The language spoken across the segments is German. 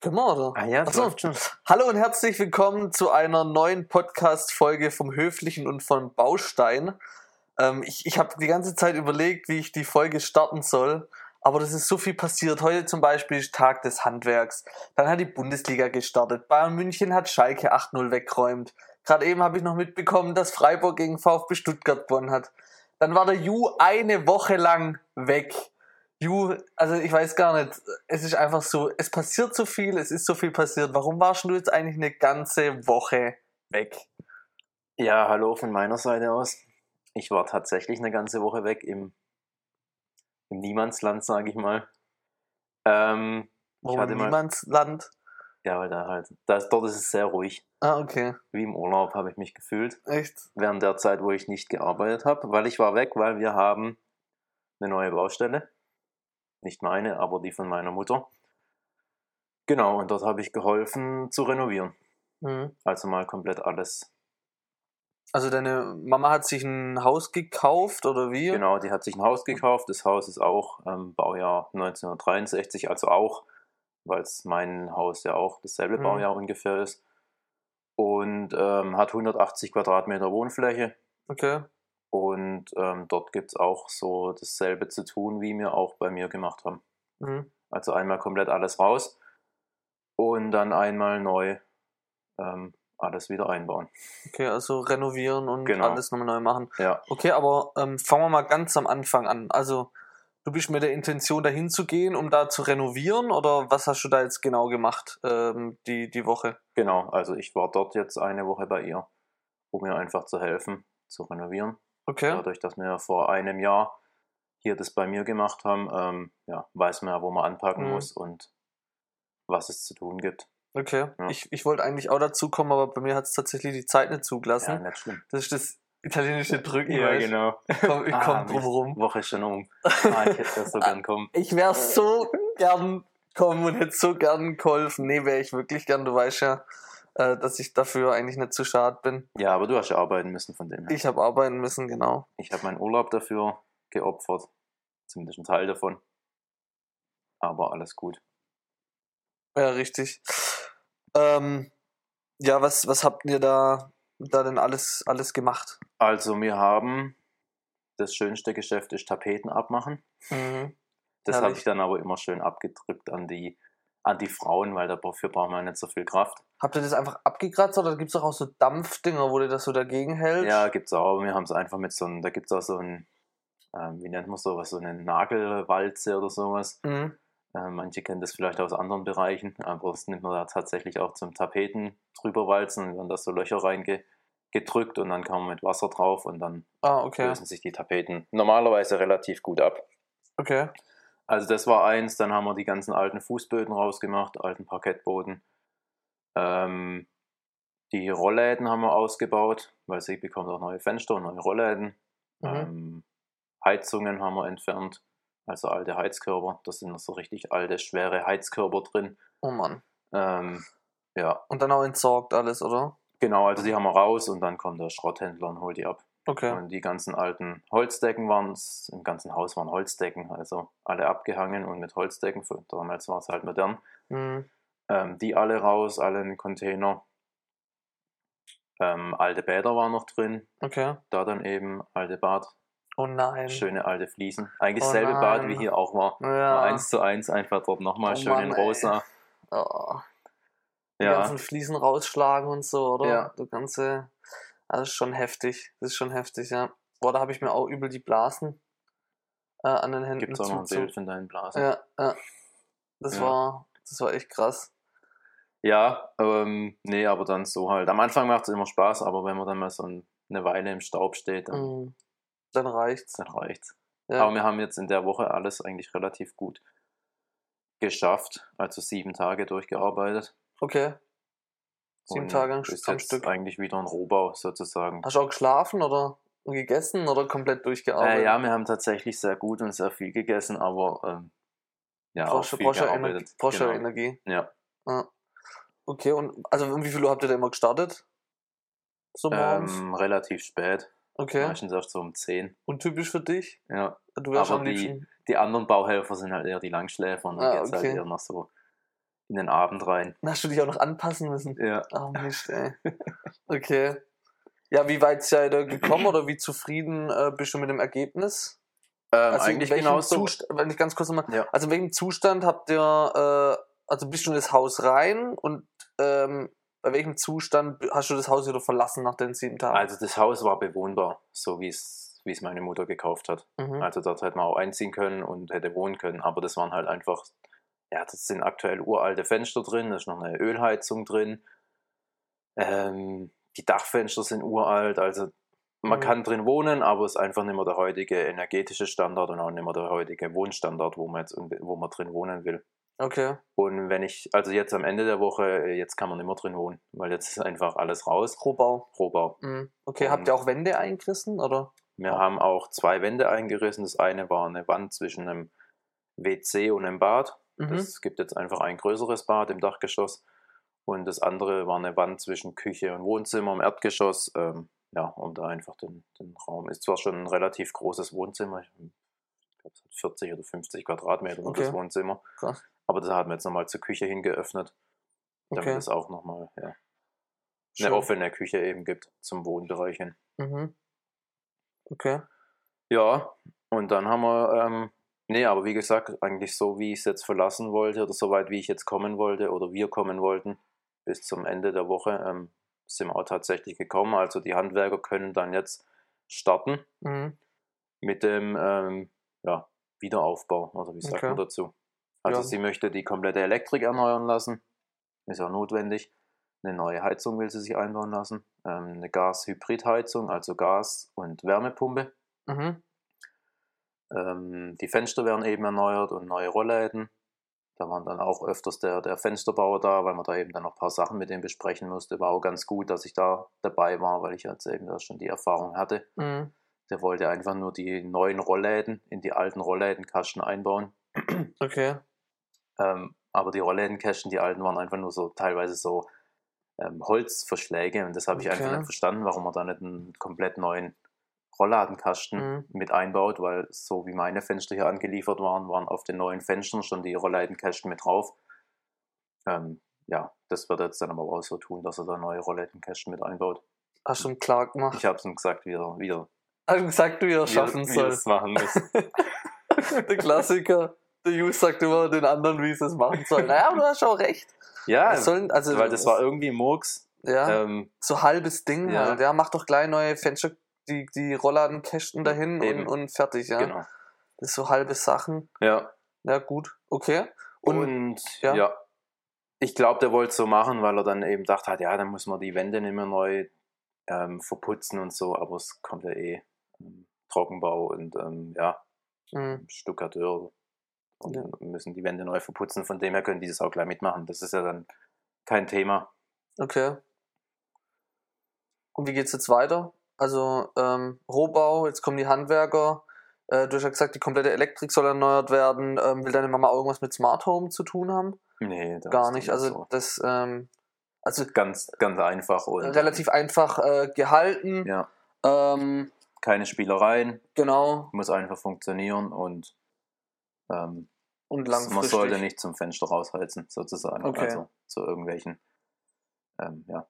Können wir, oder? Ah ja, das Achso. läuft schon. Hallo und herzlich willkommen zu einer neuen Podcast-Folge vom Höflichen und von Baustein. Ähm, ich ich habe die ganze Zeit überlegt, wie ich die Folge starten soll, aber das ist so viel passiert. Heute zum Beispiel ist Tag des Handwerks. Dann hat die Bundesliga gestartet. Bayern München hat Schalke 8-0 weggeräumt. Gerade eben habe ich noch mitbekommen, dass Freiburg gegen VfB Stuttgart gewonnen hat. Dann war der Ju eine Woche lang weg. Ju, also ich weiß gar nicht, es ist einfach so, es passiert so viel, es ist so viel passiert. Warum warst du jetzt eigentlich eine ganze Woche weg? Ja, hallo von meiner Seite aus. Ich war tatsächlich eine ganze Woche weg im, im Niemandsland, sage ich mal. Ähm, Warum hatte mal- niemands Land? ja, weil da halt, da ist, dort ist es sehr ruhig. Ah, okay. Wie im Urlaub habe ich mich gefühlt. Echt? Während der Zeit, wo ich nicht gearbeitet habe, weil ich war weg, weil wir haben eine neue Baustelle. Nicht meine, aber die von meiner Mutter. Genau, und dort habe ich geholfen zu renovieren. Mhm. Also mal komplett alles Also deine Mama hat sich ein Haus gekauft oder wie? Genau, die hat sich ein Haus gekauft. Das Haus ist auch ähm, Baujahr 1963, also auch, weil es mein Haus ja auch dasselbe Mhm. Baujahr ungefähr ist. Und ähm, hat 180 Quadratmeter Wohnfläche. Okay. Und ähm, dort gibt es auch so dasselbe zu tun, wie wir auch bei mir gemacht haben. Mhm. Also einmal komplett alles raus und dann einmal neu ähm, alles wieder einbauen. Okay, also renovieren und Genau. alles nochmal neu machen. Ja, Okay, aber ähm, fangen wir mal ganz am Anfang an. Also du bist mit der Intention dahin zu gehen, um da zu renovieren oder was hast du da jetzt genau gemacht ähm, die, die Woche? genau. Also ich war dort jetzt eine Woche bei ihr, um ihr einfach zu helfen, zu renovieren. Okay. Dadurch, dass wir ja vor einem Jahr hier das bei mir gemacht haben, ähm, ja, weiß man ja, wo man anpacken Mhm. muss und was es zu tun gibt. Okay, Ja. ich, ich wollte eigentlich auch dazu kommen, aber bei mir hat es tatsächlich die Zeit nicht Ja, zugelassen. nicht schlimm. Das ist das italienische Drücken. weißt du? genau. Ich komme ich Ah, komm drum Mist. rum. Woche ist schon um. Ah, ich hätte das so gern kommen. Ich wäre so gern kommen und hätte so gern geholfen. Nee, wäre ich wirklich gern. Du weißt ja, äh, dass ich dafür eigentlich nicht zu schade bin. Ja, aber du hast ja arbeiten müssen von dem her. Ich habe arbeiten müssen, genau. Ich habe meinen Urlaub dafür geopfert. Zumindest einen Teil davon. Aber alles gut. Ja, richtig. Ähm, ja, was, was habt ihr da, da denn alles, alles gemacht? Also, wir haben das schönste Geschäft ist Tapeten abmachen. Mhm. Das Herrlich. habe ich dann aber immer schön abgedrückt an die, an die Frauen, weil dafür braucht man nicht so viel Kraft. Habt ihr das einfach abgekratzt oder gibt es auch so Dampfdinger, wo du das so dagegen hältst? Ja, gibt's auch. Wir haben es einfach mit so einem, da gibt es auch so ein, ähm, wie nennt man sowas, so eine Nagelwalze oder sowas. Mhm. Äh, manche kennen das vielleicht aus anderen Bereichen, aber das nimmt man da tatsächlich auch zum Tapeten drüber walzen und dann da so Löcher reingedrückt und dann kann man mit Wasser drauf und dann Ah, okay. lösen sich die Tapeten normalerweise relativ gut ab. Okay. Also das war eins, dann haben wir die ganzen alten Fußböden rausgemacht, alten Parkettboden. Ähm, die Rollläden haben wir ausgebaut, weil sie bekommt auch neue Fenster und neue Rollläden. Mhm. Ähm, Heizungen haben wir entfernt, also alte Heizkörper. Da sind noch so richtig alte, schwere Heizkörper drin. Oh Mann. Ähm, ja, Und dann auch entsorgt alles, oder? genau, also die haben wir raus und dann kommt der Schrotthändler und holt die ab. Okay. Und die ganzen alten Holzdecken waren es, im ganzen Haus waren Holzdecken, also alle abgehangen und mit Holzdecken, Für- damals war es halt modern. Mhm. Ähm, die alle raus, alle in den Container. Ähm, alte Bäder waren noch drin, Okay. da dann eben alte Bad, Oh nein. schöne alte Fliesen. Eigentlich Oh selbe Bad wie nein. hier auch war. War Ja. eins zu eins einfach dort nochmal Oh schön in Mann, ey. rosa. Oh. Die Ja, ganzen Fliesen rausschlagen und so, oder? Ja. Du ganze. Das ist schon heftig. Das ist schon heftig, ja. Boah, da habe ich mir auch übel die Blasen äh, an den Händen gibt es auch noch ein zugezogen. Bild von deinen Blasen. Ja, ja. Das Ja. war. Das war echt krass. Ja, ähm, nee, aber dann so halt. Am Anfang macht es immer Spaß, aber wenn man dann mal so ein- eine Weile im Staub steht, dann, Mhm. Dann reicht's. dann reicht's. Ja. Aber wir haben jetzt in der Woche alles eigentlich relativ gut geschafft, also sieben Tage durchgearbeitet. Okay. Sieben Und Tage am ist am jetzt Stück. Ah, eigentlich wieder ein Rohbau sozusagen. Hast du auch geschlafen oder gegessen oder komplett durchgearbeitet? Äh, ja, wir haben tatsächlich sehr gut und sehr viel gegessen, aber ähm, ja, auch Brosche, viel Brosche, Energie, gearbeitet. Brosche genau. Energie. Ja. Ah. Okay, und also um wie viel Uhr habt ihr da immer gestartet? So morgens? Ähm, relativ spät, okay. meistens erst so um 10. Untypisch für dich? Ja. Du wärst Aber am die- liebsten. Die anderen Bauhelfer sind halt eher die Langschläfer und dann Ah, geht's okay. halt eher noch so in den Abend rein. Ähm, Dann hast du dich auch noch anpassen müssen. Ja. Oh Mist, ey. Okay. Ja, wie weit seid ihr gekommen oder wie zufrieden äh, bist du mit dem Ergebnis? Ähm, Also in eigentlich welchem genauso. Zust- wenn ich ganz kurz nochmal, Ja. also in welchem Zustand habt ihr, äh, also bist du in das Haus rein und ähm, bei welchem Zustand hast du das Haus wieder verlassen nach den sieben Tagen? Also das Haus war bewohnbar, so wie es wie es meine Mutter gekauft hat. mhm. Also dort hätte man auch einziehen können und hätte wohnen können, aber das waren halt einfach, ja, das sind aktuell uralte Fenster drin, da ist noch eine Ölheizung drin, ähm, die Dachfenster sind uralt, also man Mhm. kann drin wohnen, aber es ist einfach nicht mehr der heutige energetische Standard und auch nicht mehr der heutige Wohnstandard, wo man jetzt unbe- wo man drin wohnen will. okay. Und wenn ich, also jetzt am Ende der Woche, äh, jetzt kann man nicht mehr drin wohnen, weil jetzt ist einfach alles raus, Rohbau. Rohbau. Mhm. Okay, Und- habt ihr auch Wände eingerissen oder? Wir haben auch zwei Wände eingerissen. Das eine war eine Wand zwischen einem WC und einem Bad. Mhm. Es gibt jetzt einfach ein größeres Bad im Dachgeschoss. Und das andere war eine Wand zwischen Küche und Wohnzimmer im Erdgeschoss. Ähm, ja, um da einfach den, den Raum. Ist zwar schon ein relativ großes Wohnzimmer. Ich glaube, es hat 40 oder 50 Quadratmeter nur das Okay. Wohnzimmer. Krass. Aber das haben wir jetzt nochmal zur Küche hingeöffnet, damit Okay. es auch nochmal ja, eine Schön. offene Küche eben gibt zum Wohnbereich hin. Mhm. Okay. Ja, und dann haben wir, ähm, nee, aber wie gesagt, eigentlich so, wie ich es jetzt verlassen wollte oder so weit, wie ich jetzt kommen wollte oder wir kommen wollten, bis zum Ende der Woche ähm, sind wir auch tatsächlich gekommen. Also die Handwerker können dann jetzt starten Mhm. mit dem ähm, ja, Wiederaufbau, oder wie sagt Okay. man dazu? Also Ja. sie möchte die komplette Elektrik erneuern lassen, ist auch notwendig. Eine neue Heizung will sie sich einbauen lassen, ähm, eine Gas-Hybrid-Heizung, also Gas- und Wärmepumpe. Mhm. Ähm, die Fenster werden eben erneuert und neue Rollläden. Da waren dann auch öfters der, der Fensterbauer da, weil man da eben dann noch ein paar Sachen mit dem besprechen musste. War auch ganz gut, dass ich da dabei war, weil ich jetzt eben da schon die Erfahrung hatte. Mhm. Der wollte einfach nur die neuen Rollläden in die alten Rolllädenkasten einbauen. Okay. Ähm, aber die Rolllädenkästen, die alten, waren einfach nur so teilweise so ähm, Holzverschläge und das habe ich einfach Okay. nicht verstanden, warum man da nicht einen komplett neuen Rollladenkasten Mhm. mit einbaut, weil so wie meine Fenster hier angeliefert waren, waren auf den neuen Fenstern schon die Rolllädenkästen mit drauf. Ähm, ja, das wird er jetzt dann aber auch so tun, dass er da neue Rolllädenkästen mit einbaut. Hast du ihm klar gemacht? Ich habe es ihm gesagt, wie er, wie er, Hast du gesagt, du wie wieder er, schaffen wie er sollst? es machen muss. Der Klassiker. Der Jus sagt immer den anderen, wie sie es machen sollen. Naja, aber du hast auch recht. ja, Es sollen, also, weil das war irgendwie Murks. ja, Ähm, so halbes Ding Ja. halt. Ja, mach doch gleich neue Fenster, die, die Rollladenkästen dahin und, Eben. und fertig, ja. Genau. Das ist so halbe Sachen. Ja, Ja, gut. Okay. Und, Und, ja. ja. ich glaube, der wollte es so machen, weil er dann eben dachte hat, ja, dann muss man die Wände nicht mehr neu ähm, verputzen und so, aber es kommt ja eh ähm, Trockenbau und ähm, ja, mh, Stuckateur und Ja. müssen die Wände neu verputzen. Von dem her können die das auch gleich mitmachen. Das ist ja dann kein Thema. okay. Und wie geht's jetzt weiter? Also, ähm, Rohbau, jetzt kommen die Handwerker. Äh, du hast ja gesagt, die komplette Elektrik soll erneuert werden. Ähm, will deine Mama irgendwas mit Smart Home zu tun haben? Nee, da Gar ist nicht. dann Also, so. das, ähm, also ganz, ganz einfach und relativ einfach äh, gehalten. ja, Ähm, keine Spielereien, genau. muss einfach funktionieren und ähm, Und langfristig. Man sollte nicht zum Fenster rausheizen, sozusagen. Okay. Also zu irgendwelchen. Ähm, ja.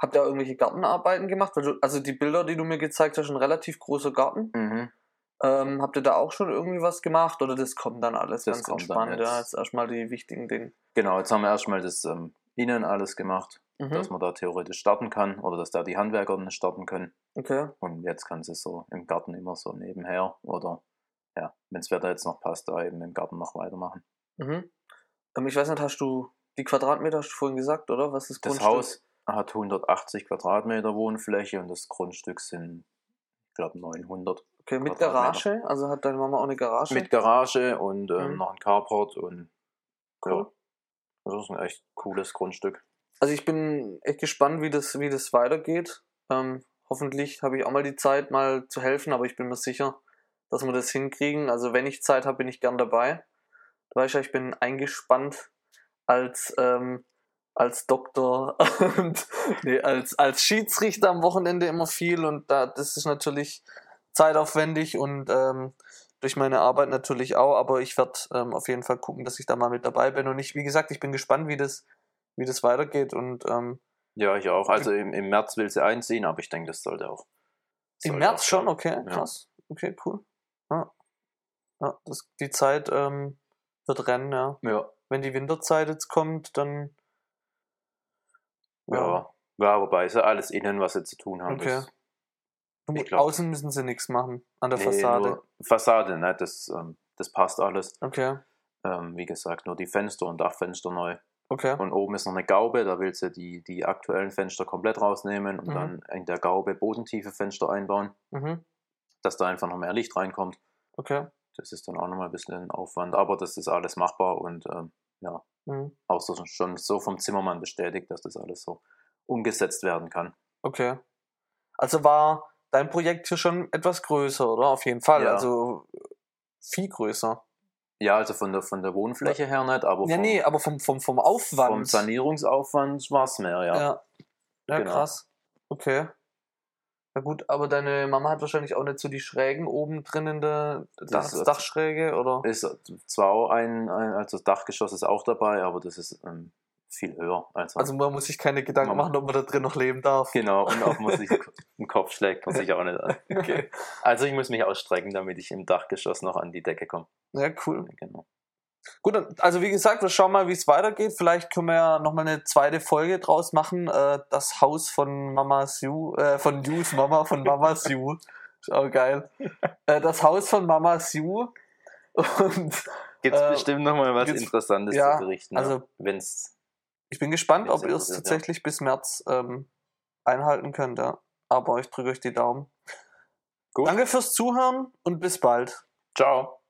Habt ihr irgendwelche Gartenarbeiten gemacht? Weil du, also die Bilder, die du mir gezeigt hast, ein relativ großer Garten. Ähm, habt ihr da auch schon irgendwie was gemacht oder das kommt dann alles Das ganz kommt entspannt? dann jetzt. ja, jetzt erstmal die wichtigen Dinge. Genau, jetzt haben wir erstmal das ähm, Innen alles gemacht, dass Mhm. man da theoretisch starten kann oder dass da die Handwerker nicht starten können. Okay. Und jetzt kann sie so im Garten immer so nebenher oder ja, wenn das Wetter jetzt noch passt, da eben im Garten noch weitermachen. Mhm. Ähm, ich weiß nicht, hast du die Quadratmeter hast du vorhin gesagt, oder? Was ist Das Haus hat 180 Quadratmeter Wohnfläche und das Grundstück sind, ich glaube, 900. Okay, mit Quadratmeter. Garage. Also hat deine Mama auch eine Garage. Mit Garage und ähm, Mhm. noch ein Carport und Cool. ja, das ist ein echt cooles Grundstück. Also ich bin echt gespannt, wie das, wie das weitergeht. Ähm, hoffentlich habe ich auch mal die Zeit, mal zu helfen, aber ich bin mir sicher, dass wir das hinkriegen. Also wenn ich Zeit habe, bin ich gern dabei. Du weißt ja, ich bin eingespannt als, ähm, als Doktor und nee, als, als Schiedsrichter am Wochenende immer viel und da, das ist natürlich zeitaufwendig und ähm, durch meine Arbeit natürlich auch, aber ich werde ähm, auf jeden Fall gucken, dass ich da mal mit dabei bin. Und ich, wie gesagt, ich bin gespannt, wie das, wie das weitergeht. Und ähm, Ja, ich auch. Also im, im März will sie einziehen, aber ich denke, das sollte auch. im sollte März auch schon, klappen. okay, Ja. krass. Okay, cool. Ja. Ja, das, die Zeit ähm, wird rennen, ja. Ja. Wenn die Winterzeit jetzt kommt, dann. Ja. ja, wobei ist ja alles innen, was sie zu tun haben. Okay. ist- Und ich glaub- Außen müssen sie nichts machen an der Nee, Fassade. Nur Fassade, ne? das, ähm, das passt alles. Okay, Ähm, wie gesagt, nur die Fenster und Dachfenster neu. okay. Und oben ist noch eine Gaube, da willst du die, die aktuellen Fenster komplett rausnehmen und Mhm. dann in der Gaube bodentiefe Fenster einbauen, Mhm. dass da einfach noch mehr Licht reinkommt. Okay. Das ist dann auch nochmal ein bisschen ein Aufwand, aber das ist alles machbar und ähm, Mhm. auch so, schon so vom Zimmermann bestätigt, dass das alles so umgesetzt werden kann. Okay. Also war dein Projekt hier schon etwas größer, oder? Auf jeden Fall. Ja. Also viel größer. Ja, also von der, von der Wohnfläche her nicht, aber Ja, vom, nee, aber vom, vom, vom vom Aufwand. Sanierungsaufwand war es mehr, ja. ja. Ja, Genau. krass. Okay. Na gut, aber deine Mama hat wahrscheinlich auch nicht so die Schrägen oben drin in der Dach, Das ist- Dachschräge, oder? Ist zwar auch ein, ein, also das Dachgeschoss ist auch dabei, aber das ist ähm, viel höher. Also, Also man muss sich keine Gedanken Mama. machen, ob man da drin noch leben darf. genau, und auch muss ich den Kopf schlägt, muss ich auch nicht an. Okay. Also ich muss mich ausstrecken, damit ich im Dachgeschoss noch an die Decke komme. Ja, cool. Genau. Gut, dann- also wie gesagt, wir schauen mal, wie es weitergeht. Vielleicht können wir ja nochmal eine zweite Folge draus machen. Äh, das Haus von Mama Sue, äh, von Yus Mama, von Mama Sue. Ist auch geil. Äh, das Haus von Mama Sue. Und Gibt es Äh, bestimmt nochmal was gibt's- Interessantes ja, zu berichten. also- ja. wenn's ich bin gespannt, ob Sehr ihr es gut, ja. tatsächlich bis März ähm, einhalten könnt. Ja. Aber ich drücke euch die Daumen. Gut. Danke fürs Zuhören und bis bald. Ciao.